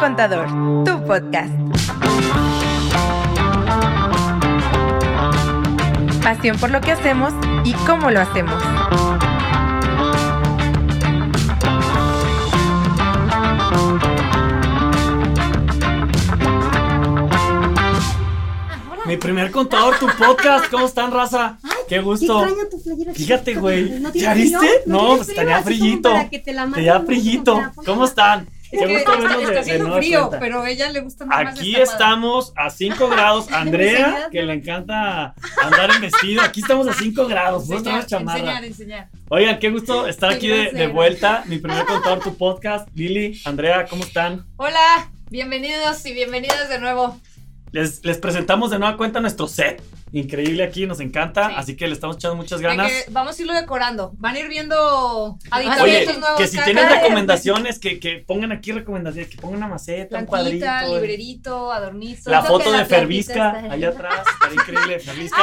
Contador, tu podcast. Pasión por lo que hacemos y cómo lo hacemos. Mi primer contador, tu podcast. ¿Cómo están, raza? Qué gusto. Qué extraño tu playera Fíjate, chiquita. güey. ¿No ¿Ya tienes frío? viste? No, tienes pues frío? tenía Así como frillito. para que te la manden, Tenía ¿no? frillito. Como que la ¿Cómo están? Qué que gusto está, verlos de- está de haciendo nueva frío, cuenta. pero a ella le gusta más Aquí destapada. estamos a 5 grados. Andrea, Enseñadme. que le encanta andar en vestido. Aquí estamos a 5 grados. No Enseñar, estamos chamarra. enseñar, enseñar. Oigan, qué gusto estar Qué aquí de, de grosero. vuelta. Mi primer contador, tu podcast. Lili, Andrea, ¿cómo están? Hola, bienvenidos y bienvenidas de nuevo. Les, les presentamos de nueva cuenta nuestro set. Increíble aquí, nos encanta. Sí. Así que le estamos echando muchas De ganas. que vamos a irlo decorando. Van a ir viendo Oye, aditamentos Ah, nuevos. que si cada- tienen cada- recomendaciones, que, que pongan aquí recomendaciones, que pongan una maceta, un cuadrito. Blanquita, eh. librerito, adornito. La Eso foto que de la plantita Fervisca, está- Ah, allá atrás, estaría increíble. Fervisca.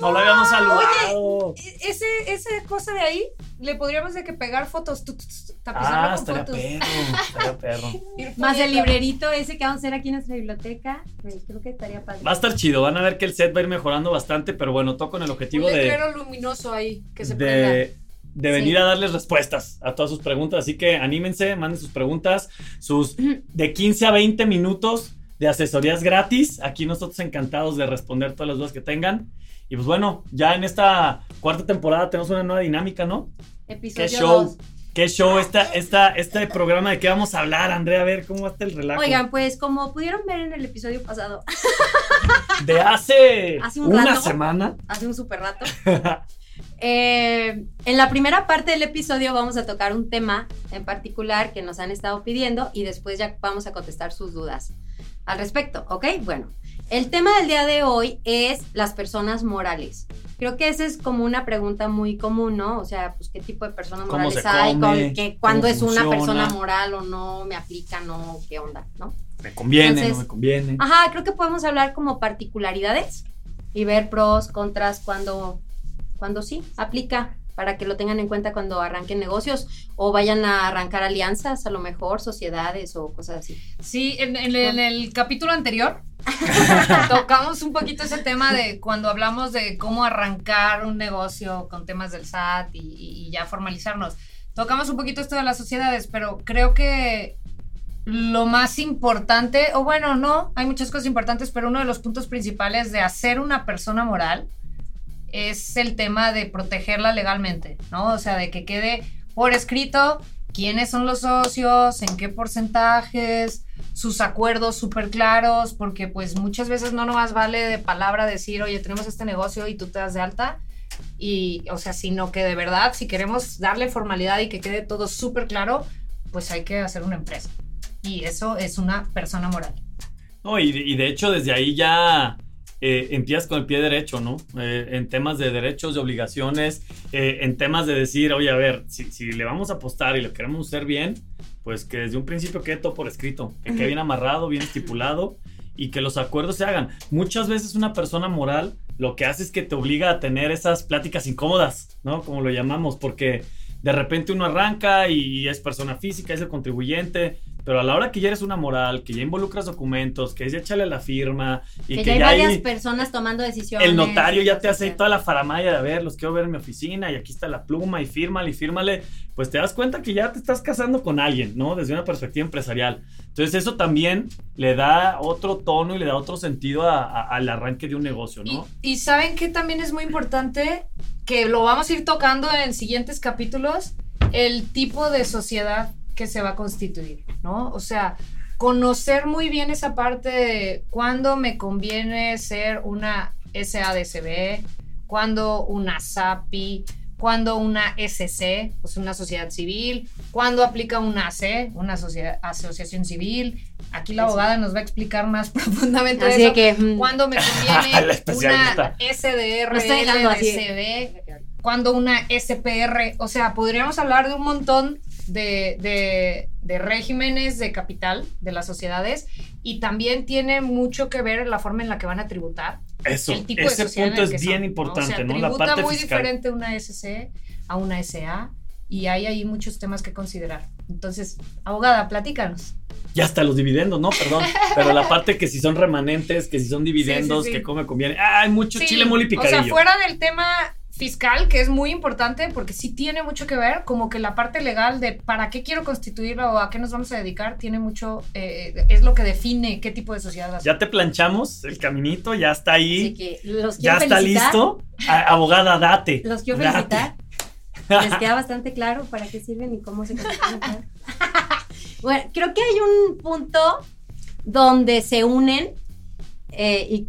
No lo habíamos saludado. E- Ese, esa cosa de ahí, le podríamos de que pegar fotos, tu, tu, tu, tapizarlo ah, con estaría fotos. perro, estaría perro. Ir Más el poniendo. librerito ese que vamos a hacer aquí en nuestra biblioteca. Pues, creo que estaría padre. Va a estar chido, van a ver que el set va a ir mejorando bastante, pero bueno, todo con el objetivo Un de, letrero luminoso ahí, que se prenda. de, de venir a darles respuestas a todas sus preguntas. Así que anímense, manden sus preguntas, sus de 15 a 20 minutos de asesorías gratis. Aquí nosotros encantados de responder todas las dudas que tengan. Y pues bueno, ya en esta cuarta temporada tenemos una nueva dinámica, ¿no? ¿Qué Episodio show? 2. ¿Qué show? Esta, esta, este programa de qué vamos a hablar, Andrea, a ver cómo va a estar el relajo. Oigan, pues como pudieron ver en el episodio pasado, de hace, Hace un una rato. semana. hace un super rato, eh, en la primera parte del episodio vamos a tocar un tema en particular que nos han estado pidiendo y después ya vamos a contestar sus dudas al respecto, ¿ok? Bueno, el tema del día de hoy es las personas morales. Creo que esa es como una pregunta muy común, ¿no? O sea, pues qué tipo de personas ¿Cómo morales se hay, come? ¿Con qué- cuándo ¿Cómo es una funciona? persona moral o no, me aplica, no, qué onda, ¿no? Uh, Me conviene, no Entonces- ah. me conviene. Ajá, creo que podemos hablar como particularidades y ver pros, contras, cuando, cuando sí, aplica para que lo tengan en cuenta cuando arranquen negocios o vayan a arrancar alianzas, a lo mejor sociedades o cosas así. Sí, en, en- en el capítulo anterior tocamos un poquito ese tema de cuando hablamos de cómo arrancar un negocio con temas del SAT y, y- y ya formalizarnos. Tocamos un poquito esto de las sociedades, pero creo que lo más importante, o bueno, no, hay muchas cosas importantes, pero uno de los puntos principales de hacer una persona moral es el tema de protegerla legalmente, ¿no? O sea, de que quede por escrito quiénes son los socios, en qué porcentajes, sus acuerdos súper claros, porque pues muchas veces no nomás vale de palabra decir, oye, tenemos este negocio y tú te das de alta. Y, o sea, sino que de verdad, si queremos darle formalidad y que quede todo súper claro, pues hay que hacer una empresa. Y eso es una persona moral. No, y, y de hecho desde ahí ya eh, empiezas con el pie derecho, ¿no? Eh, en temas de derechos, de obligaciones, eh, en temas de decir, oye, a ver, si, si le vamos a apostar y lo queremos hacer bien, pues que desde un principio quede todo por escrito, que quede bien amarrado, bien estipulado y que los acuerdos se hagan. Muchas veces una persona moral lo que hace es que te obliga a tener esas pláticas incómodas, ¿no? Como lo llamamos, porque de repente uno arranca y es persona física, es el contribuyente, pero a la hora que ya eres una moral, que ya involucras documentos, que ya échale la firma y que, que, ya hay ya varias ahí personas tomando decisiones. el notario ya te hace Entonces, toda la faramaya de a ver, los quiero ver en mi oficina y aquí está la pluma y fírmale y fírmale, pues te das cuenta que ya te estás casando con alguien, ¿no? Desde una perspectiva empresarial. Entonces eso también le da otro tono y le da otro sentido a- a- al arranque de un negocio, Y, ¿no? y saben que también es muy importante que lo vamos a ir tocando en siguientes capítulos, el tipo de sociedad que se va a constituir, ¿no? O sea, conocer muy bien esa parte de cuándo me conviene ser una SADCB, cuándo una SAPI, cuándo una SC, pues una sociedad civil, cuándo aplica una AC, una socie- asociación civil. Aquí la abogada nos va a explicar más profundamente Así de eso que mm, cuando me La conviene especialista. una SDR, Lo estoy dejando así. LDCB, cuando una SPR, o sea, podríamos hablar de un montón de, de- de regímenes de capital de las sociedades y también tiene mucho que ver la forma en la que van a tributar. Eso, el tipo de ese sociedad en punto el es que son, bien ¿no? importante, O sea, ¿no? La tributa parte muy fiscal. diferente una SC a una SA y hay ahí muchos temas que considerar. Entonces, abogada, platícanos. y hasta los dividendos, no, perdón, pero la parte que si son remanentes, que si son dividendos, sí, sí. que cómo me conviene. Ah, hay mucho Sí, chile mole y picadillo. O sea, fuera del tema fiscal, que es muy importante porque sí tiene mucho que ver, como que la parte legal de para qué quiero constituirla o a qué nos vamos a dedicar, tiene mucho, eh, es lo que define qué tipo de sociedad va a ser. Ya te planchamos el caminito, ya está ahí, Así que los quiero ya está felicitar. listo. A- abogada, date. Los quiero date. felicitar. Les queda bastante claro para qué sirven y cómo se comportan. Bueno, creo que hay un punto donde se unen eh, y,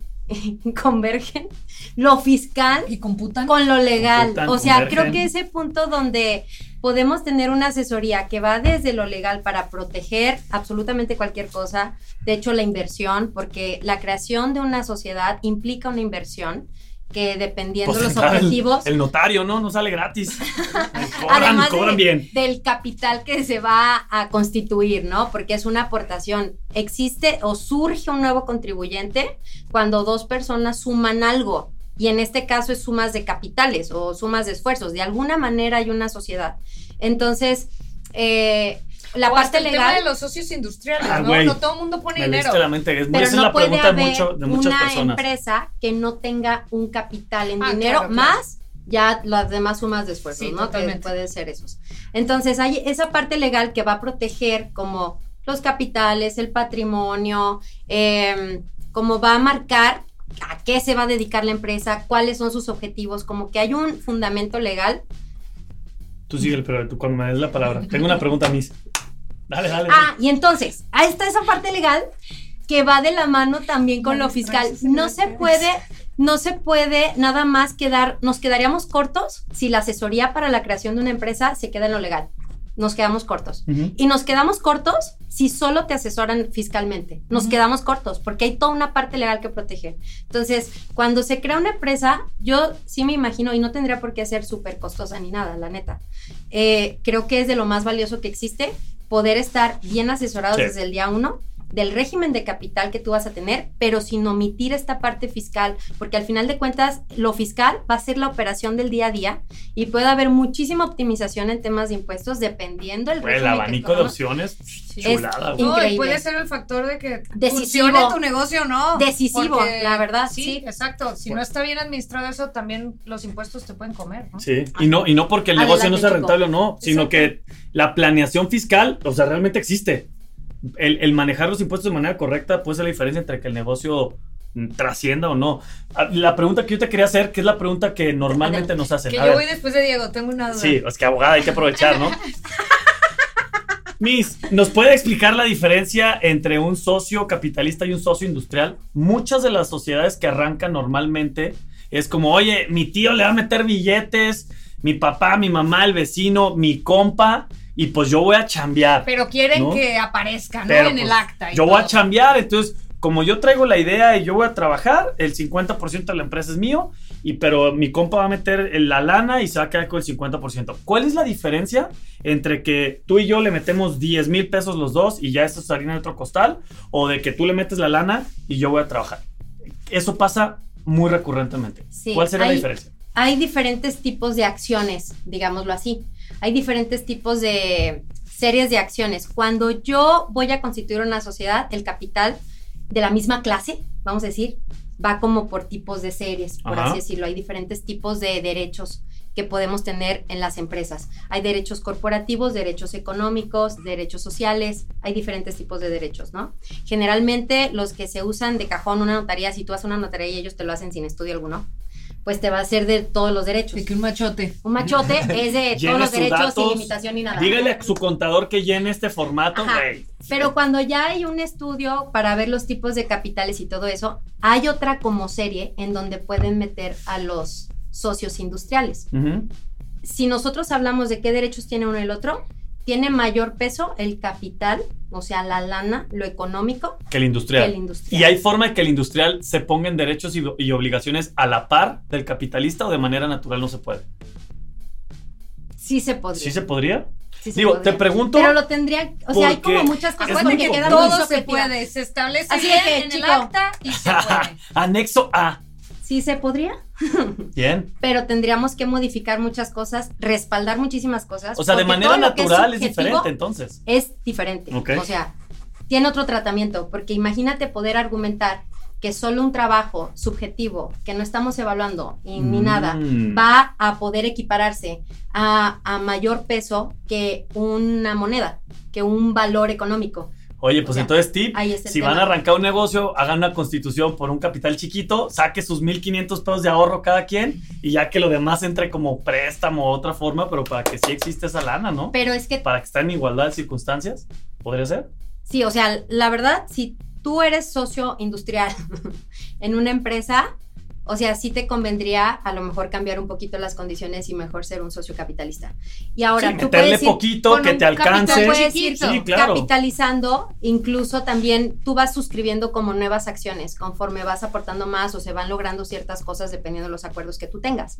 y convergen lo fiscal Y computan. con lo legal. Computan, O sea, convergen. creo que ese punto donde podemos tener una asesoría que va desde lo legal para proteger absolutamente cualquier cosa, de hecho la inversión, porque la creación de una sociedad implica una inversión que dependiendo Pues los entrar el- objetivos El, notario, ¿no? No sale gratis. cobran, Además de- cobran bien. del capital que se va a constituir, ¿no? Porque es una aportación. Existe o surge un nuevo contribuyente cuando dos personas suman algo. Y en este caso es sumas de capitales o sumas de esfuerzos. De alguna manera hay una sociedad. Entonces, eh, la O parte hasta el este tema de legal, los socios industriales, Ah, ¿no? güey. No todo el mundo pone Me dinero. leíste la mente. Es, pero esa es no la puede pregunta de, haber mucho, de muchas una personas. empresa que no tenga un capital en Ah, dinero claro, claro. más ya las demás sumas de esfuerzos, Sí, ¿no? totalmente. Que pueden ser esos. Entonces hay esa parte legal que va a proteger como los capitales, el patrimonio, eh, como va a marcar a qué se va a dedicar la empresa, cuáles son sus objetivos, como que hay un fundamento legal. Tú sigue, pero tú cuando me des la palabra. Tengo una pregunta, Miss. Dale, dale. Ah, y entonces, ahí está esa parte legal que va de la mano también con No lo fiscal. distraigas, No no se te puede, no se puede nada más quedar, nos quedaríamos cortos si la asesoría para la creación de una empresa se queda en lo legal. Nos quedamos cortos. Ujú. Y nos quedamos cortos si solo te asesoran fiscalmente. Nos Ujú. quedamos cortos porque hay toda una parte legal que proteger. Entonces, cuando se crea una empresa, yo sí me imagino, y no tendría por qué ser súper costosa ni nada, la neta. Eh, creo que es de lo más valioso que existe poder estar bien asesorados Sí. desde el día uno del régimen de capital que tú vas a tener, pero sin omitir esta parte fiscal, porque al final de cuentas lo fiscal va a ser la operación del día a día y puede haber muchísima optimización en temas de impuestos dependiendo del Güey, el régimen que abanico de escojamos. opciones. Sí. Chulada, Pues Es- güey. No, y Increíble. puede ser el factor de que Decisivo. funcione tu negocio o no. Decisivo, Porque- la verdad, Sí, sí. exacto. Si no está bien administrado eso, también los impuestos te pueden comer, ¿no? Sí, y no, y no porque el Ah, negocio no Adelante, sea chico. rentable o no, sino que la planeación fiscal, o sea, realmente existe. El, el manejar los impuestos de manera correcta puede ser la diferencia entre que el negocio mm, trascienda o no. Ah, La pregunta que yo te quería hacer, que es la pregunta que normalmente nos hacen. Que A yo ver. voy después de Diego, tengo una duda. Sí, es que abogada hay que aprovechar, ¿no? Miss, ¿nos puede explicar la diferencia entre un socio capitalista y un socio industrial? Muchas de las sociedades que arrancan normalmente es como, oye, mi tío le va a meter billetes, mi papá, mi mamá, el vecino, mi compa, y pues yo voy a chambear. Pero quieren ¿No? que aparezca, Ah, ¿no? Pero, en el pues, acta. y Yo voy a todo. chambear, entonces, como yo traigo la idea y yo voy a trabajar, el 50% de la empresa es mío, y pero mi compa va a meter el- la lana y se va a quedar con el 50%. ¿Cuál es la diferencia entre que tú y yo le metemos 10 mil pesos los dos y ya esto es harina de otro costal, o de que tú le metes la lana y yo voy a trabajar? Eso pasa muy recurrentemente. Sí, ¿Cuál será la hay- diferencia? hay diferentes tipos de acciones, digámoslo así. Hay diferentes tipos de series de acciones. Cuando yo voy a constituir una sociedad, el capital de la misma clase, vamos a decir, va como por tipos de series, por Ajá. así decirlo. Hay diferentes tipos de derechos que podemos tener en las empresas. Hay derechos corporativos, derechos económicos, derechos sociales, hay diferentes tipos de derechos, ¿no? Generalmente los que se usan de cajón una notaría, si tú haces una notaría y ellos te lo hacen sin estudio alguno, pues te va a hacer de todos los derechos. De que un machote. Un machote es de Llene todos los sus derechos datos, sin limitación ni nada. Dígale a su contador que llene este formato, Ajá. güey. Pero cuando ya hay un estudio para ver los tipos de capitales y todo eso, hay otra como serie en donde pueden meter a los socios industriales. Ujú. Si nosotros hablamos de qué derechos tiene uno y el otro, tiene mayor peso el capital, o sea, la lana, lo económico, Que el que industrial. el industrial. ¿Y hay forma de que el industrial se ponga en derechos y, y obligaciones a la par del capitalista o de manera natural no se puede? Sí se podría. ¿Sí se podría? sí se Digo, podría. te pregunto. Pero lo tendría, o sea, hay porque como muchas cosas es muy que Acuérdate que quedan común. muy todo se subjetivas. puede. Se establece Así bien que, en chico. el acta y se puede. Anexo A. Sí se podría, Bien. pero tendríamos que modificar muchas cosas, respaldar muchísimas cosas. O sea, de porque manera todo lo que natural es, subjetivo diferente entonces. Es diferente. Ok. O sea, tiene otro tratamiento, porque imagínate poder argumentar que solo un trabajo subjetivo que no estamos evaluando y ni Mm. nada va a poder equipararse a, a mayor peso que una moneda, que un valor económico. Oye, pues O sea, entonces tip, ahí es el si tema. van a arrancar un negocio, hagan una constitución por un capital chiquito, saque sus 1500 pesos de ahorro cada quien y ya que lo demás entre como préstamo o otra forma, pero para que sí existe esa lana, ¿no? Pero es que Para que esté en igualdad de circunstancias, ¿podría ser? Sí, o sea, la verdad, si tú eres socio industrial en una empresa, o sea, sí te convendría a lo mejor cambiar un poquito las condiciones y mejor ser un socio capitalista. Y ahora Sí, tú meterle puedes ir, poquito con que un te capital, tú alcance. puedes ir chiquito. Sí, claro. capitalizando, incluso también tú vas suscribiendo como nuevas acciones conforme vas aportando más o se van logrando ciertas cosas dependiendo de los acuerdos que tú tengas.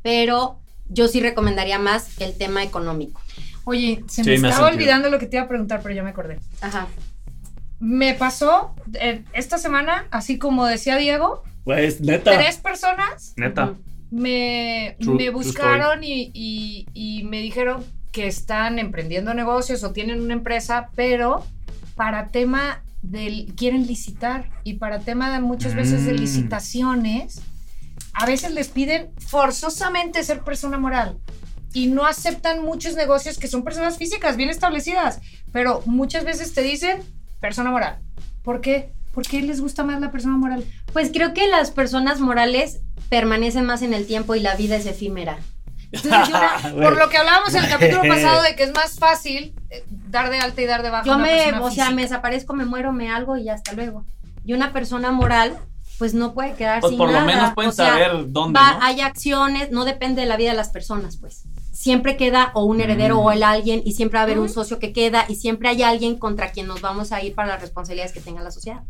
Pero yo sí recomendaría más el tema económico. Oye, se Sí, me, me hace estaba sentido. olvidando lo que te iba a preguntar, pero ya me acordé. Ajá. Me pasó eh, esta semana, así como decía Diego, Pues neta, tres personas neta. Ujú. me, True- me true buscaron y, y- y me dijeron que están emprendiendo negocios o tienen una empresa, pero para tema del quieren licitar y para tema de muchas veces de Mm. licitaciones, a veces les piden forzosamente ser persona moral y no aceptan muchos negocios que son personas físicas bien establecidas, pero muchas veces te dicen persona moral. ¿Por qué? ¿Por qué les gusta más la persona moral? Pues creo que las personas morales permanecen más en el tiempo y la vida es efímera. Entonces, yo era- por lo que hablábamos en el capítulo pasado de que es más fácil eh, dar de alta y dar de baja. a Yo una me, persona o sea, física. me desaparezco, me muero, me algo y hasta luego. Y una persona moral, pues no puede quedar Pues sin por lo nada. menos pueden O sea, saber dónde, va- ¿no? hay acciones, no depende de la vida de las personas, pues. Siempre queda o un heredero Mm. o el alguien y siempre va a haber un socio que queda y siempre hay alguien contra quien nos vamos a ir para las responsabilidades que tenga la sociedad.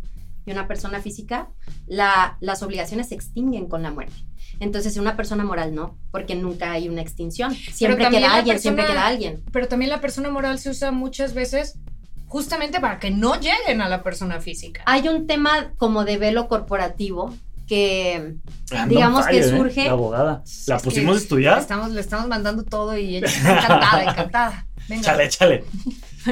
Y una persona física, la- las obligaciones se extinguen con la muerte. Entonces, una persona moral no, porque nunca hay una extinción. Siempre también queda la alguien, siempre persona- queda alguien. Pero también la persona moral se usa muchas veces justamente para que no lleguen a la persona física. Hay un tema como de velo corporativo que Ando digamos fire, que ¿eh? surge- La abogada. La Es que pusimos a Le estudiar. estamos, le estamos mandando todo y ella está encantada, encantada. Venga. Chale, échale.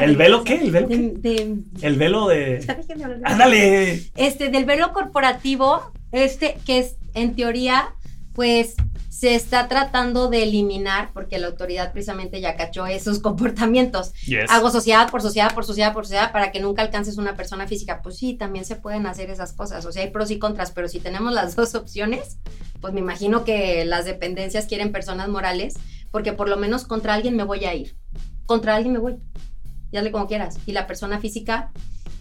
¿El velo qué? ¿El velo qué? de- de- El velo de. déjenme hablar. ¡Ándale! este del velo corporativo, este que es en teoría, pues se está tratando de eliminar porque la autoridad precisamente ya cachó esos comportamientos. Yes. Hago sociedad por sociedad por sociedad por sociedad para que nunca alcances una persona física. Pues sí, también se pueden hacer esas cosas. O sea, hay pros y contras, pero si tenemos las dos opciones, pues me imagino que las dependencias quieren personas morales porque por lo menos contra alguien me voy a ir. Contra alguien me voy. Y hazle como quieras. Y la persona física,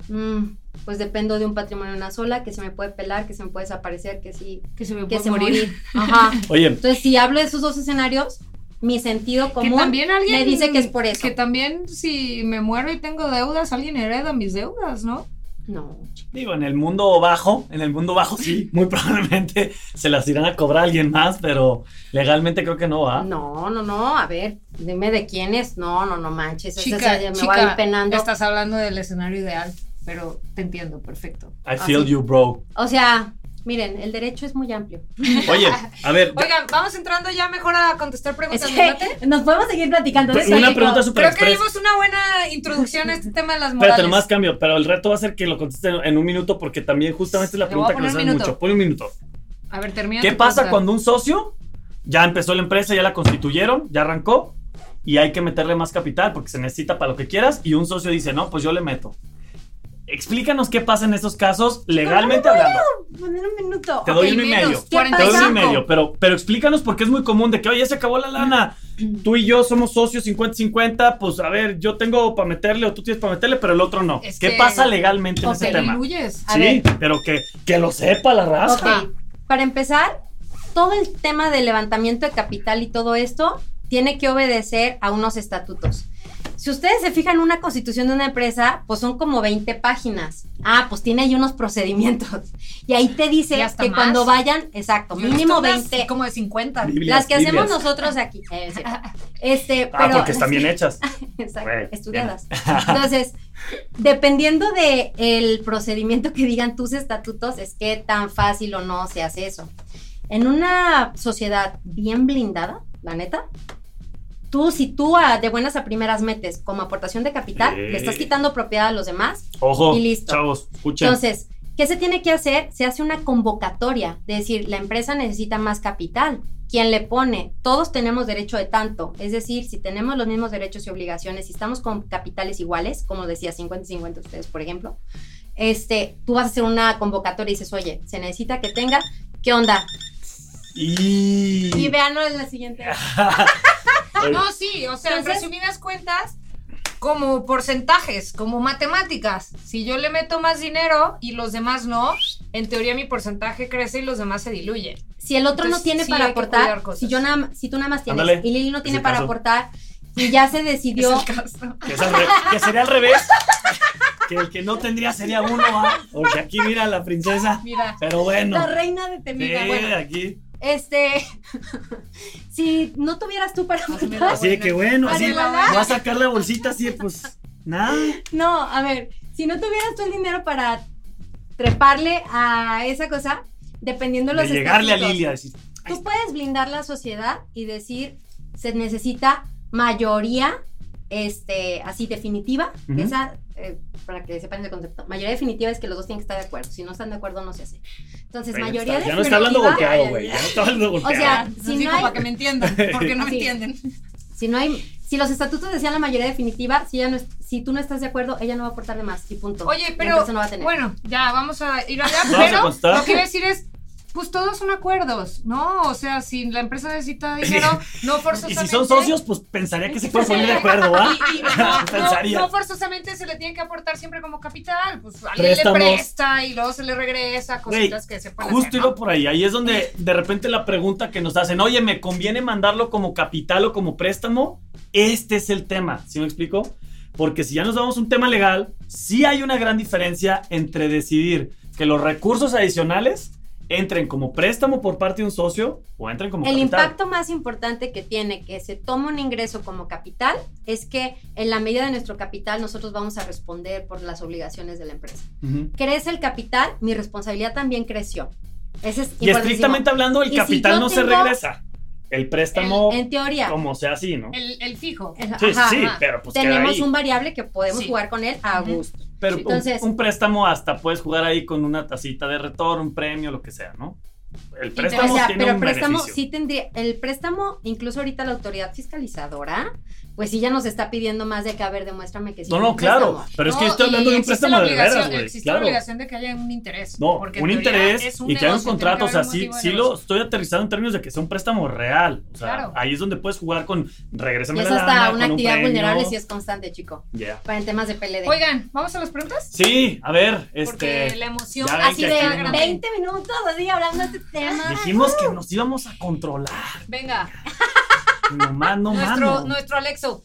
mm, pues dependo de un patrimonio de una sola, que se me puede pelar, que se me puede desaparecer, que sí, que se me que puede se morir. morir. Ajá. Oye, Entonces, si hablo de esos dos escenarios, mi sentido Que común también alguien me dice que es por eso. Que también si me muero y tengo deudas, alguien hereda mis deudas, ¿no? no. digo, en el mundo bajo, en el mundo bajo sí, muy probablemente se las irán a cobrar a alguien más, pero legalmente creo que no ¿ah? va. No, no, no, a ver, dime de quién es. No, no, no manches. ese- Chica, ese me chica, va a ir penando. estás hablando del escenario ideal, pero te entiendo, perfecto. I feel Así. you, bro. O sea, miren, el derecho es muy amplio. Oye, a ver, Oigan, vamos entrando ya mejor a contestar preguntas. Es ¿les que late? nos podemos seguir platicando de Pues eso. ¿eh? una chicos. pregunta súper Creo que express. dimos una buena introducción a este tema de las morales. Espérate, nomás cambio, pero el reto va a ser que lo contesten en un minuto porque también justamente es la Le voy a pregunta que nos poner hacen minuto. mucho. Pon un minuto. A ver, termina. ¿Qué tu pasa pregunta. cuando un socio ya empezó la empresa, ya la constituyeron, ya arrancó y hay que meterle más capital porque se necesita para lo que quieras y un socio dice, no, pues yo le meto? Explícanos qué pasa en estos casos legalmente hablando. Poner un minuto. Te doy Ok, uno y menos, medio. ¿Qué Te doy uno 45. y medio, pero, pero explícanos porque es muy común de que, oye, se acabó la lana. Tú y yo somos socios 50-50, pues a ver, yo tengo para meterle o tú tienes para meterle, pero el otro no. Es ¿Qué que- pasa legalmente en O ese te tema? diluyes. A Sí, ver. pero que, que lo sepa la raza. Ok, para empezar, todo el tema del levantamiento de capital y todo esto tiene que obedecer a unos estatutos. Si ustedes se fijan una constitución de una empresa, pues son como 20 páginas. Ah, pues tiene ahí unos procedimientos. Y ahí te dice Y hasta que más. cuando vayan, exacto, Yo he mínimo visto unas 20. Como de 50. Biblias, Las que hacemos Biblias. nosotros aquí. Eh, es cierto. Este, Ah, pero porque están bien hechas. Exacto, Bueno, estudiadas. Entonces, dependiendo de el procedimiento que digan tus estatutos, es que tan fácil o no se hace eso. En una sociedad bien blindada, la neta, Tú, si tú a- de buenas a primeras metes como aportación de capital, Sí. le estás quitando propiedad a los demás. Ojo, Y listo. chavos, escuchen. Entonces, ¿qué se tiene que hacer? Se hace una convocatoria, de decir, la empresa necesita más capital. ¿Quién le pone? Todos tenemos derecho de tanto. Es decir, si tenemos los mismos derechos y obligaciones, si estamos con capitales iguales, como decía 50 y 50 ustedes, por ejemplo, este, tú vas a hacer una convocatoria y dices, oye, se necesita que tenga, ¿qué onda? y... Y vean en la siguiente. Ah. No, sí, o sea, en Entonces- resumidas cuentas, como porcentajes, como matemáticas. Si yo le meto más dinero y los demás no, en teoría mi porcentaje crece y los demás se diluyen. Si el otro Entonces, no tiene sí para hay que cuidar aportar, cosas. si, yo nada, ma- si tú nada más tienes Ándale, y Lili no tiene el para caso. aportar y ya se decidió, Es el caso. Que, es al re- que sería al revés. que el que no tendría sería uno, ¿ah? Porque aquí mira la princesa. Mira, Pero bueno. la reina de Temida. Sí, bueno, aquí. Este, si no tuvieras tú para Hazme aportar, Así de que bueno, así. Ándale, Marihuana. Va a sacar la bolsita así, pues. Nada. no, a ver, si no tuvieras tú el dinero para treparle a esa cosa, dependiendo de De los pues, llegarle a estatutos, Lilia. Decir, Tú puedes blindar la sociedad y decir, se necesita mayoría, este, así definitiva, Ujú. esa, eh, para que sepan el concepto, mayoría definitiva es que los dos tienen que estar de acuerdo, si no están de acuerdo no se hace. Entonces, "Güey, mayoría está- definitiva. Ya no está hablando golpeado, güey. Ya no está hablando O golpeado. sea, les si digo no hay, para que me entiendan, porque no me Sí. entienden. Si no hay, si los estatutos decían la mayoría definitiva, si ella no es- si tú no estás de acuerdo, ella no va a aportar de más y punto. Oye, La pero- empresa no va a tener. Bueno, ya vamos a ir allá, Vamos a pero constar. lo que iba a decir es, pues todos son acuerdos, ¿no? O sea, si la empresa necesita dinero, no y forzosamente. si son socios, pues pensaría que se pueden poner de Sí. acuerdo, ¿ah? ¿va? Y- y no, Pensaría. no forzosamente se le tiene que aportar siempre como capital. Pues alguien Préstamos. le presta y luego se le regresa, cositas que se pueden Justo hacer, iba ¿no? por ahí, ahí es donde de repente la pregunta que nos hacen, oye, ¿me conviene mandarlo como capital o como préstamo? Este es el tema, ¿sí me explico? Porque si ya nos damos un tema legal, sí hay una gran diferencia entre decidir que los recursos adicionales entren como préstamo por parte de un socio o entren como el capital. impacto más importante que tiene que se toma un ingreso como capital es que en la medida de nuestro capital nosotros vamos a responder por las obligaciones de la empresa. Ujú. Crece el capital, mi responsabilidad también creció. Ese es Y estrictamente hablando, el Y si capital yo no se tengo- regresa. El préstamo, en teoría. como sea así, ¿no? El, el fijo. el- sí, ajá, sí, ajá. pero pues queda tenemos ahí. un variable que podemos Sí. jugar con él a Ujú. gusto. Pero Sí. un- Entonces- un, préstamo hasta puedes jugar ahí con una tacita de retorno, un premio, lo que sea, ¿no? El préstamo o sea, tiene Pues pero un préstamo beneficio. sí tendría, el préstamo, incluso ahorita la autoridad fiscalizadora, pues sí ya nos está pidiendo más de que, a ver, demuéstrame que sí. no, fue no, un claro. préstamo. Pero es que No, yo estoy hablando y de un existe préstamo la de veras, obligación- güey. Existe la Claro. obligación de que haya un interés. No, porque un en teoría interés es un y que haya un negocio, tiene contrato. O haber sea, un sí, motivo de sí lo negocio. estoy aterrizando en términos de que sea un préstamo real. O sea, Claro. ahí es donde puedes jugar con Y regresarme es la lana, hasta con una un actividad premio. vulnerable si es constante, chico, Yeah. para en temas de PLD. Oigan, ¿vamos a las preguntas? Sí, a ver, Porque este. la emoción ya ven Así que de aquí no- 20 minutos así hablando de este tema. Dijimos ¡Uh! que nos íbamos a controlar. Venga, Nomás, no nuestro, mano. nuestro Alexo.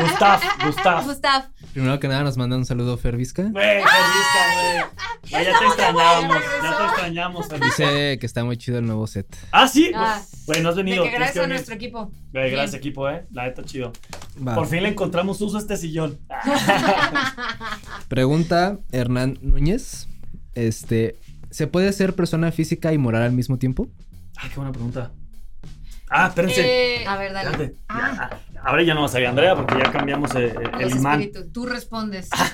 Gustav, Gustav. Gustav, Primero que nada nos manda un saludo Fervisca. Güey, feliz, güey. Ya, ya te extrañamos, ya te regresó. extrañamos, feliz. Dice que está muy chido el nuevo set. Ah, sí. Ah. Güey, no has De venido. que tienes que gracias a venir. nuestro equipo. Güey, gracias, equipo, eh. La neta, chido. Va. Por fin le encontramos uso a este sillón. Ah. Pregunta Hernán Núñez. Este, ¿se puede ser persona física y moral al mismo tiempo? Ah, qué buena pregunta. Ah, espérense. Eh, a ver, dale. Espérate. Ya, ah, ahora ya no vas a ir, Andrea, porque ya cambiamos eh, eh, el Los imán. espíritus. tú respondes. Ah.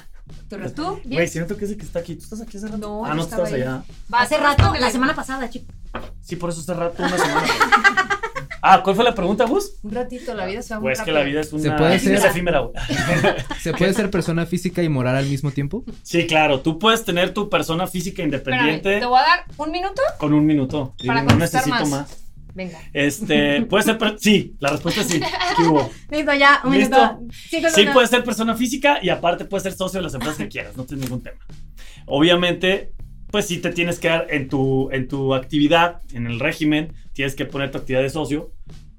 Tú, ¿Tú? ¿Bien? Güey, siento que es el que está aquí. ¿Tú estás aquí hace rato? No, ah, yo no, tú estaba estás ahí. allá. Va, Hace tú rato, respóndele. la semana pasada, chico. Sí, por eso hace rato, una semana. ah, ¿cuál fue la pregunta, Gus? Un ratito, Pues la vida se va muy Güey, es que rápido. la vida es una. ¿Se puede es hacer? efímera, güey. ¿Se puede ser persona física y moral al mismo tiempo? Sí, claro. Tú puedes tener tu persona física Espérame, independiente te voy a dar un minuto. con un minuto. Para no contestar necesito más. más. Venga. Este, puede ser. per- Sí, la respuesta es sí. ¿Qué hubo? Listo, ya, un ¿Listo? minuto. Cinco Sí, pues. segundos. puedes ser persona física y aparte puedes ser socio de las empresas que quieras, no tienes ningún tema. Obviamente, pues sí te tienes que dar en tu, en tu actividad, en el régimen, tienes que poner tu actividad de socio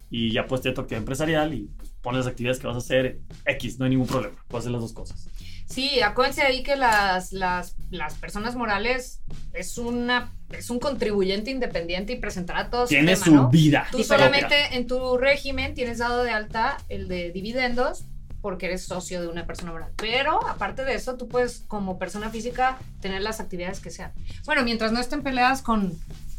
y ya puedes tener tu actividad empresarial y pues, pones las actividades que vas a hacer X, no hay ningún problema, puedes hacer las dos cosas. Sí, acuérdense ahí que las, las, las personas morales es una es un contribuyente independiente y presentará todo su Tiene tema, su ¿no? vida. Tú propia. solamente en tu régimen tienes dado de alta el de dividendos porque eres socio de una persona moral. Pero aparte de eso, tú puedes como persona física tener las actividades que sean. Bueno, mientras no estén peleadas con,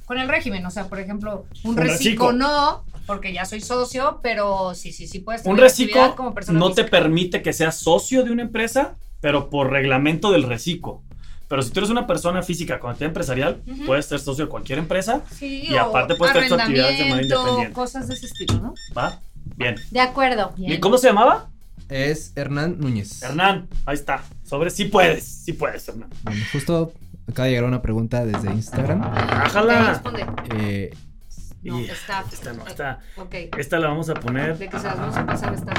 con el régimen. O sea, por ejemplo, un, Un reciclo reciclo. no, porque ya soy socio, pero sí, sí, sí puedes Un tener actividad reciclo como persona no te física. permite que seas socio de una empresa, pero por reglamento del reciclo. Pero si tú eres una persona física con actividad empresarial, Ujú. puedes ser socio de cualquier empresa, Sí, y o aparte puedes tener tus actividades de manera arrendamiento, independiente. Cosas de ese estilo, ¿no? ¿va? Bien. De acuerdo. Bien. ¿Y cómo se llamaba? Es Hernán Núñez. Hernán, ahí está. Sobre sí puedes, sí puedes, Hernán. Bueno, justo acaba de llegar una pregunta desde Instagram. ¿Qué Ájala. responde? Eh, No, Y- está. Esta no, esta, Ok. esta la vamos a poner. De que se las vamos a pasar está.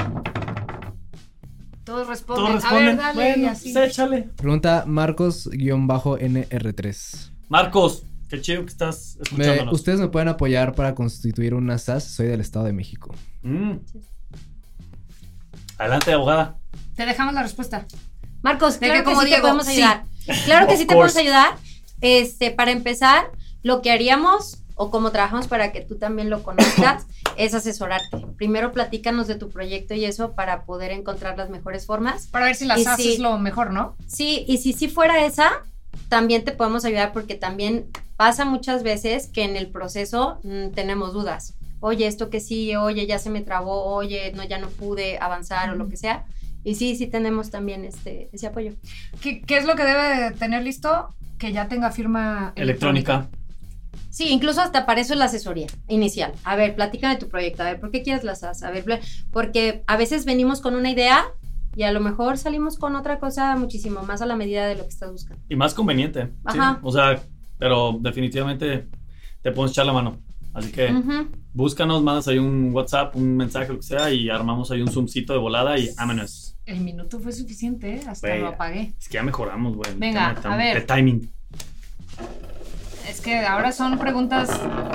Todos responden. Todos responden. A ver, dale. y bueno, así. pues échale. pregunta Marcos-NR3. Marcos, qué chido que estás Me- escuchándonos. Ustedes me pueden apoyar para constituir una SAS. Soy del Estado de México. Mm. Adelante, abogada. Te dejamos la respuesta. Marcos, De claro que que, como sí Diego, te podemos sí. ayudar. Claro que Of sí te podemos course. ayudar. Este, para empezar, lo que haríamos o como trabajamos para que tú también lo conozcas es asesorarte. Primero platícanos de tu proyecto y eso para poder encontrar las mejores formas. Para ver si la Y SAS sí. es lo mejor, ¿no? Sí, y si sí fuera esa, también te podemos ayudar porque también pasa muchas veces que en el proceso mm, tenemos dudas. Oye, esto que sí, oye, ya se me trabó, oye, no, ya no pude avanzar o lo que sea. Y sí, sí tenemos también este, ese apoyo. ¿Qué, qué es lo que debe de tener listo? Que ya tenga firma Electrónica. Sí, incluso hasta para eso es la asesoría inicial. A ver, platícame tu proyecto, a ver, ¿por qué quieres las SAS? A ver, bla- porque a veces venimos con una idea y a lo mejor salimos con otra cosa muchísimo más a la medida de lo que estás buscando. Y más conveniente. sí. Ajá. O sea, pero definitivamente te podemos echar la mano. Así que Ujú. búscanos, mandas ahí un WhatsApp, un mensaje, lo que sea, y armamos ahí un zoomcito de volada y ah, ámenos. El minuto fue suficiente, ¿eh? hasta Güey, lo apagué. Es que ya mejoramos, güey. el tema Venga, de tam- a ver. De timing. Es que ahora son preguntas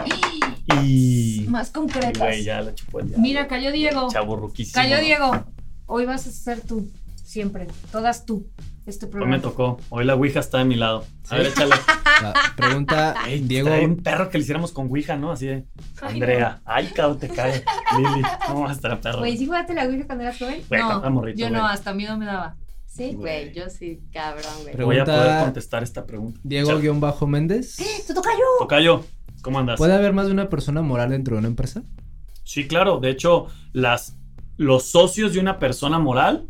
¡ih! Y. más y, concretas. Güey, ya la chupó el diablo. pues, Mira, cayó Diego. Chavo ruquísimo. Cayó Diego. Hoy vas a ser tú, siempre. Todas tú. Este Hoy me programa. tocó. Hoy la Ouija está de mi lado. A Sí. ver, échale. La pregunta Ey, Diego. trae un perro que le hiciéramos con Ouija, ¿no? Así de. Andrea. Ay, cabrón, te cae. Lili. No, hasta la perra. Güey, Güey, ¿sí jugaste la Ouija cuando eras joven? no, está morrito, yo güey. no, hasta miedo me daba. Sí, Güey. güey, yo sí, cabrón, güey. Pero- Voy a poder Pregunta- contestar esta pregunta. Échale. Diego-Méndez. ¡Eh, ¡Te toca yo! Tocayo, ¿cómo andas? ¿Puede haber más de una persona moral dentro de una empresa? Sí, claro. De hecho, las, los socios de una persona moral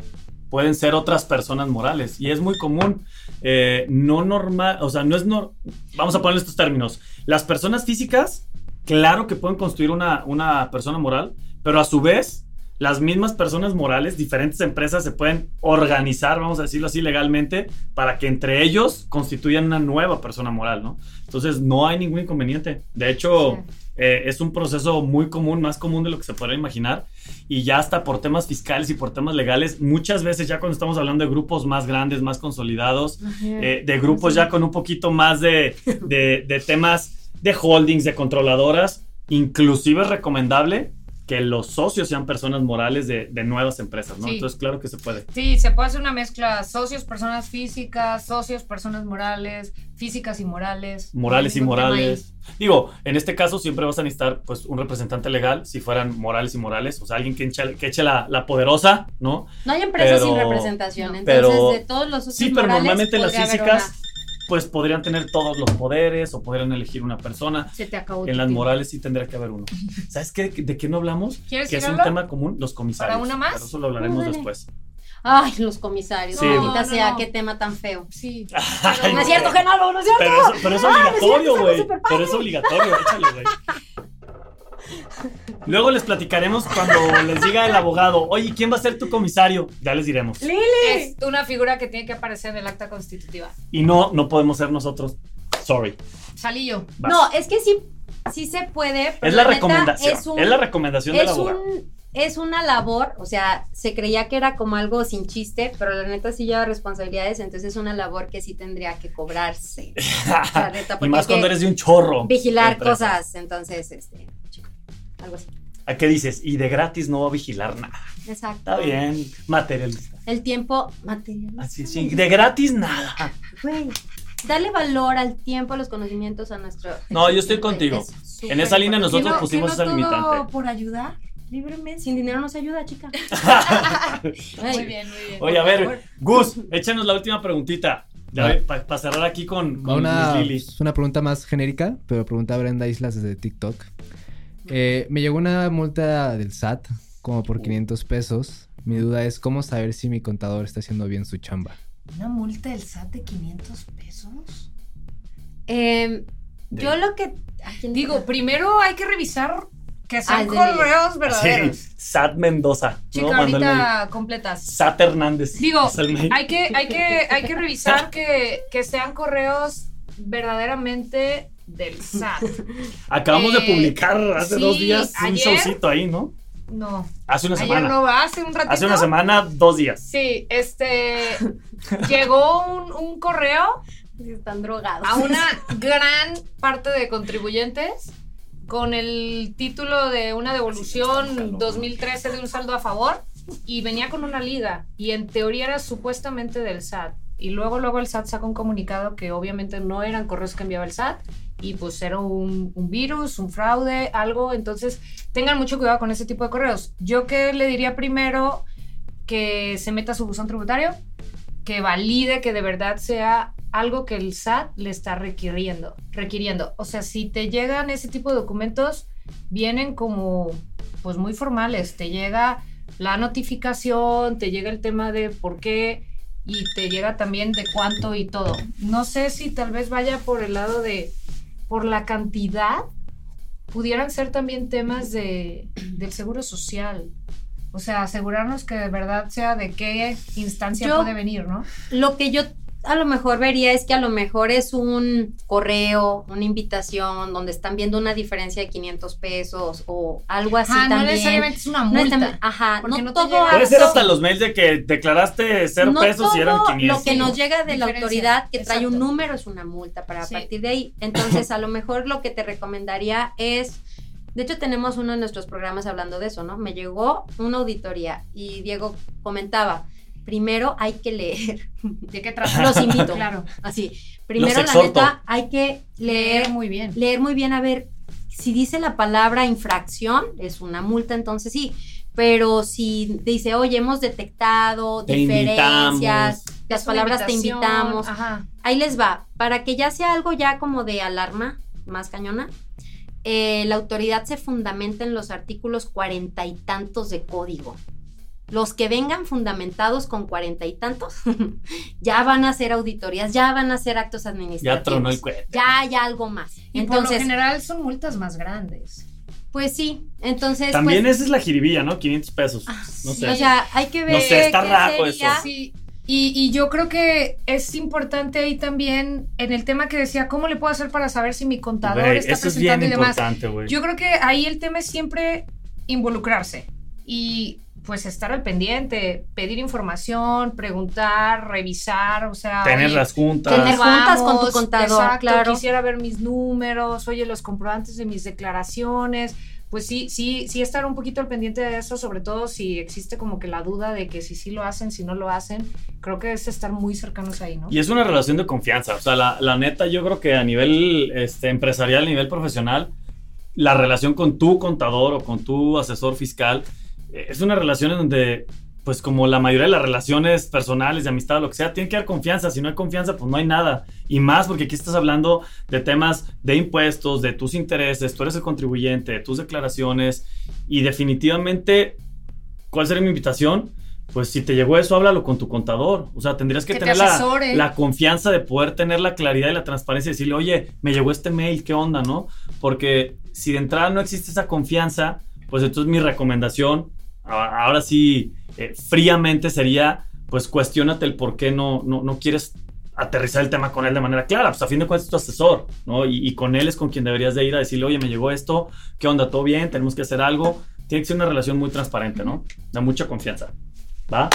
pueden ser otras personas morales. Y es muy común. eh, no normal, o sea, no es nor- Vamos a poner estos términos. Las personas físicas, claro que pueden construir una, una persona moral, pero a su vez, las mismas personas morales, diferentes empresas se pueden organizar, vamos a decirlo así legalmente, para que entre ellos constituyan una nueva persona moral, ¿no? Entonces, no hay ningún inconveniente. De hecho, eh, es un proceso muy común, más común de lo que se podría imaginar. Y ya hasta por temas fiscales y por temas legales, muchas veces ya cuando estamos hablando de grupos más grandes, más consolidados, Mm. eh, de grupos ya con un poquito más de, de- de temas de holdings, de controladoras, inclusive es recomendable que los socios sean personas morales de, de nuevas empresas, ¿no? Sí. Entonces, claro que se puede. Sí, se puede hacer una mezcla socios, personas físicas, socios, personas morales, físicas y morales. Morales y Ningún tema morales. Digo, en este caso siempre vas a necesitar pues un representante legal, si fueran morales y morales, o sea, alguien que eche, que eche la, la poderosa, ¿no? No hay empresas sin Pero- representación, entonces pero- de todos los socios Sí, pero morales normalmente las podría haber físicas una. pues podrían tener todos los poderes o podrían elegir una persona. ahí. Se te acabó. tu En las tiempo. morales sí tendría que haber uno. ¿Sabes qué? ¿De qué no hablamos? ¿Quieres Que es un tirarlo? tema común, los comisarios. ¿Para una más? Pero eso lo hablaremos Órale. después. Ay, los comisarios, Sí, maldita güey. sea, No, no, qué no. tema tan feo. Sí. Ay, No es güey. cierto, Genaro, no Ah, es cierto. Pero eso, pero es obligatorio, güey. súper Pero es obligatorio, échale, güey. Luego les platicaremos cuando les diga el abogado, oye, ¿quién va a ser tu comisario? Ya les diremos. Es una figura que tiene que aparecer en el acta constitutiva. Y no, no podemos ser nosotros. Sorry. Salí yo. Vas. No, es que sí, sí se puede. pero es la, neta recomendación. Es, Es, un- la recomendación del es abogado. un- es una labor, o sea, se creía que era como algo sin chiste, pero la neta sí lleva responsabilidades, entonces es una labor que sí tendría que cobrarse. O sea, neta, y porque más hay cuando que eres de un chorro. de Vigilar empresas. cosas, entonces, este, chico, algo así. ¿A qué dices? Y de gratis no va a vigilar nada. Exacto. Está bien, materialista. El tiempo material. Así es, sí, de gratis Ah, nada. Güey, dale valor al tiempo, a los conocimientos, a nuestro. No, yo estoy contigo. Es súper En esa línea importante. Nosotros ¿Qué no- pusimos qué esa no todo limitante. por ayudar? Libremente. Sin dinero no se ayuda, chica. Muy bien, muy bien. Oye, a Por ver, favor. Gus, échanos la última preguntita. Va. para cerrar aquí con, Va con una, Miss Lili. es una pregunta más genérica, pero pregunta a Brenda Islas desde TikTok. Eh, me llegó una multa del SAT como por 500 pesos. Mi duda es cómo saber si mi contador está haciendo bien su chamba. ¿Una multa del SAT de 500 pesos? Eh, De- yo lo que. ¿a quién le Digo, toca? primero hay que revisar que Ah, sean el de correos Sí, verdaderos. Sat Mendoza. Chica, ¿no? Mándale ahí. ahorita completas. Sat Hernández. Digo, Es el mail. Hay que, hay que, hay que revisar que, que sean correos verdaderamente del SAT. Acabamos de eh, publicar hace sí, dos días un ayer. showcito ahí, ¿no? No, Hace una ayer semana. no va, hace un ratito. hace una semana, dos días. Sí, este, llegó un, un correo Sí, Están drogados. a una gran parte de contribuyentes con el título de una devolución 2013 de un saldo a favor y venía con una liga y en teoría era supuestamente del SAT y luego luego el SAT sacó un comunicado que obviamente no eran correos que enviaba el SAT y pues era un, un virus, un fraude, algo, entonces tengan mucho cuidado con ese tipo de correos. Yo que le diría primero que se meta a su buzón tributario, que valide que de verdad sea algo que el SAT le está requiriendo, requiriendo. O sea, si te llegan ese tipo de documentos, vienen como pues muy formales, te llega la notificación, te llega el tema de por qué y te llega también de cuánto y todo. No sé si tal vez vaya por el lado de por la cantidad pudieran ser también temas de, del seguro social. O sea, asegurarnos que de verdad sea de qué instancia Yo- puede venir, ¿no? Lo que yo a lo mejor vería es que a lo mejor es un correo, una invitación, donde están viendo una diferencia de 500 pesos o algo así Ajá, Ah, no también. necesariamente es una No es multa. tam- ajá, porque no, no te todo llega. Puede ser acto- hasta los mails de que declaraste cero no pesos y eran todo 500. Lo que nos llega de la Diferencia, autoridad que trae un exacto. número es una multa para Sí. partir de ahí. Entonces, a lo mejor lo que te recomendaría es. De hecho, tenemos uno de nuestros programas hablando de eso, ¿no? Me llegó una auditoría y Diego comentaba: primero hay que leer. ¿De qué trata? Los invito. Claro. Así. Primero, la exhorto. neta, hay que leer Leer muy bien. leer muy bien a ver si dice la palabra infracción, es una multa, entonces sí. Pero si dice, oye, hemos detectado Te diferencias, invitamos. las Es una palabras te invitación, ah. invitamos. Ajá. Ahí les va. Para que ya sea algo ya como de alarma, más cañona, eh, la autoridad se fundamenta en los artículos cuarenta y tantos de código. Los que vengan fundamentados con cuarenta y tantos, ya van a hacer auditorías, ya van a hacer actos administrativos. Ya este, tronó pues, el cuete. Ya hay algo más. Y por lo Entonces, general son multas más grandes. pues sí, entonces. También pues, esa es la jiribilla, ¿no? 500 pesos. No sí, sé. O sea, hay que ver. No sé, está qué raro sería. eso. Sí. Y, y yo creo que es importante ahí también en el tema que decía, ¿cómo le puedo hacer para saber si mi contador Güey, está eso es bien presentando y demás? importante, güey. Yo creo que ahí el tema es siempre involucrarse y pues estar al pendiente, pedir información, preguntar, revisar, o sea... Tener oye, las juntas. Tener ¿cómo juntas con tu vamos? contador, Exacto, claro. Quisiera ver mis números, oye, los comprobantes de mis declaraciones. Pues sí, sí, sí estar un poquito al pendiente de eso, sobre todo si existe como que la duda de que si sí lo hacen, si no lo hacen. Creo que es estar muy cercanos ahí, ¿no? Y es una relación de confianza. O sea, la, la neta, yo creo que a nivel este, empresarial, a nivel profesional, la relación con tu contador o con tu asesor fiscal eh, es una relación en donde, pues, como la mayoría de las relaciones personales, de amistad, lo que sea, tiene que haber confianza. Si no hay confianza, pues no hay nada. Y más porque aquí estás hablando de temas de impuestos, de tus intereses, tú eres el contribuyente, de tus declaraciones. Y definitivamente, ¿cuál sería mi invitación? Pues si te llegó eso, háblalo con tu contador. O sea, tendrías que, Que te tener la, asesore. la confianza de poder tener la claridad y la transparencia y decirle, oye, me llegó este mail, ¿qué onda, no? Porque si de entrada no existe esa confianza, pues entonces mi recomendación, a- ahora sí, eh, fríamente sería, pues cuestionate el por qué no, no, no quieres aterrizar el tema con él de manera clara. Pues a fin de cuentas es tu asesor, ¿no? Y, y con él es con quien deberías de ir a decirle, oye, me llegó esto, ¿qué onda? ¿Todo bien? ¿Tenemos que hacer algo? Tiene que ser una relación muy transparente, ¿no? Da mucha confianza, ¿va?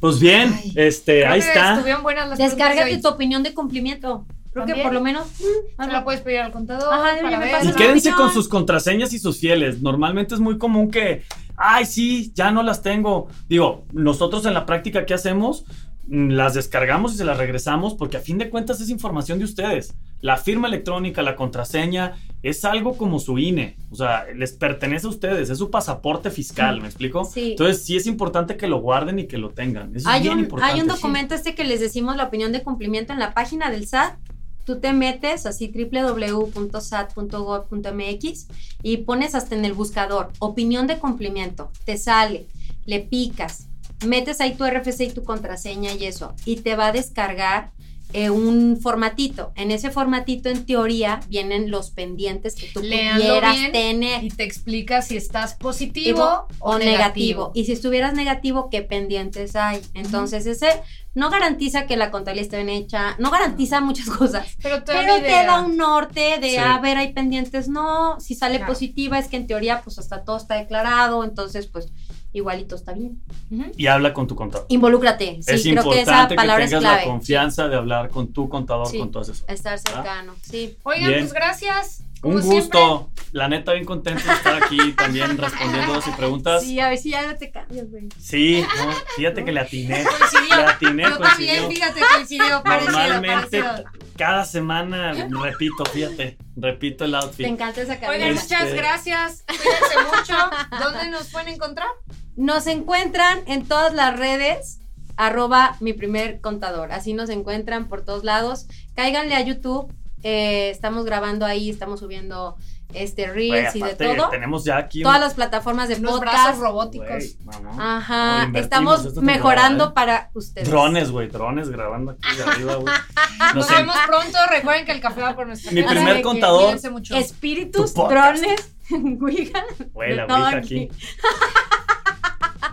Pues bien, Ay, este, Creo ahí que está. Estuvieron buenas las preguntas de Descárgate hoy. tu opinión de cumplimiento. Creo que También. por lo menos. mm, Se la puedes pedir al contador. Ajá, para oye, me ver. pasas Y Esa es quédense la con opinión. sus contraseñas y sus fieles. Normalmente es muy común que, ay, sí, ya no las tengo. Digo, nosotros en la práctica, ¿qué hacemos? Mm, Las descargamos y se las regresamos porque a fin de cuentas es información de ustedes. La firma electrónica, la contraseña, es algo como su INE. O sea, les pertenece a ustedes, es su pasaporte fiscal, ¿me explico? Sí. Entonces, sí es importante que lo guarden y que lo tengan. Eso es Hay bien un, importante. hay un documento este que les decimos la opinión de cumplimiento en la página del SAT. Tú te metes así www.sat.gov.mx y pones hasta en el buscador opinión de cumplimiento. Te sale, le picas, metes ahí tu RFC y tu contraseña y eso. Y te va a descargar eh, un formatito. En ese formatito, en teoría, vienen los pendientes que tú Léanlo pudieras bien tener Y te explica si estás positivo o negativo. Y si estuvieras negativo, ¿qué pendientes hay? Entonces, ese no garantiza que la contabilidad esté bien hecha, no garantiza muchas cosas. Pero te, da Pero una te idea. da un norte de, Sí. a ver, hay pendientes, no. Si sale Claro. positiva, es que en teoría, pues hasta todo está declarado, entonces, pues igualito está bien. Ujú. Y habla con tu contador. Involúcrate. Sí, es creo que esa importante que, palabra tengas es la clave. confianza de hablar con tu contador, Sí. con tu asesor. Estar cercano, sí. Oigan, Bien. pues gracias. Como Un siempre. gusto. La neta, bien contento de estar aquí también respondiendo sus preguntas. Sí, a ver si ya no te cambias, güey. Sí, no, fíjate que le atiné. Coincidió. Le atiné, Yo también, coincidió. fíjate, coincidió. Parecido, Normalmente parecido. cada semana repito, fíjate, repito el Te outfit. encanta esa Oigan, camisa. Este- muchas gracias. Cuídense mucho. ¿Dónde nos pueden encontrar? Nos encuentran en todas las redes, arroba mi primer contador. Así nos encuentran por todos lados. Cáiganle a YouTube. eh, estamos grabando ahí, estamos subiendo este Güey, reels y de aparte, todo. tenemos ya aquí Todas las plataformas de Unos brazos podcast. robóticos. Güey, mamón. Ah, No, Ajá, invertimos estamos esta temporada, mejorando ¿eh? para ustedes. Drones, güey, drones grabando aquí de arriba, güey. No Nos sé, vemos pronto. Recuerden que el café va por nuestra Mi casa. primer Que contador. Cuídense mucho. Espíritus, Tu podcast. drones, Ouija. güey, la de todo Ouija aquí.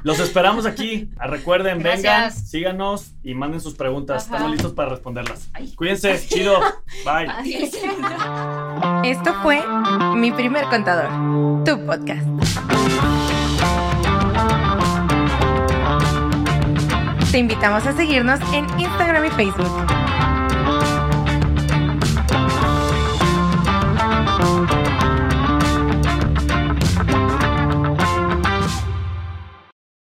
Los esperamos aquí. Ah, Recuerden, vengan, Gracias. síganos y manden sus preguntas. Ajá. Estamos listos para responderlas. Cuídense, chido. Bye. Adiós. Esto fue Mi primer contador, tu podcast. Te invitamos a seguirnos en Instagram y Facebook.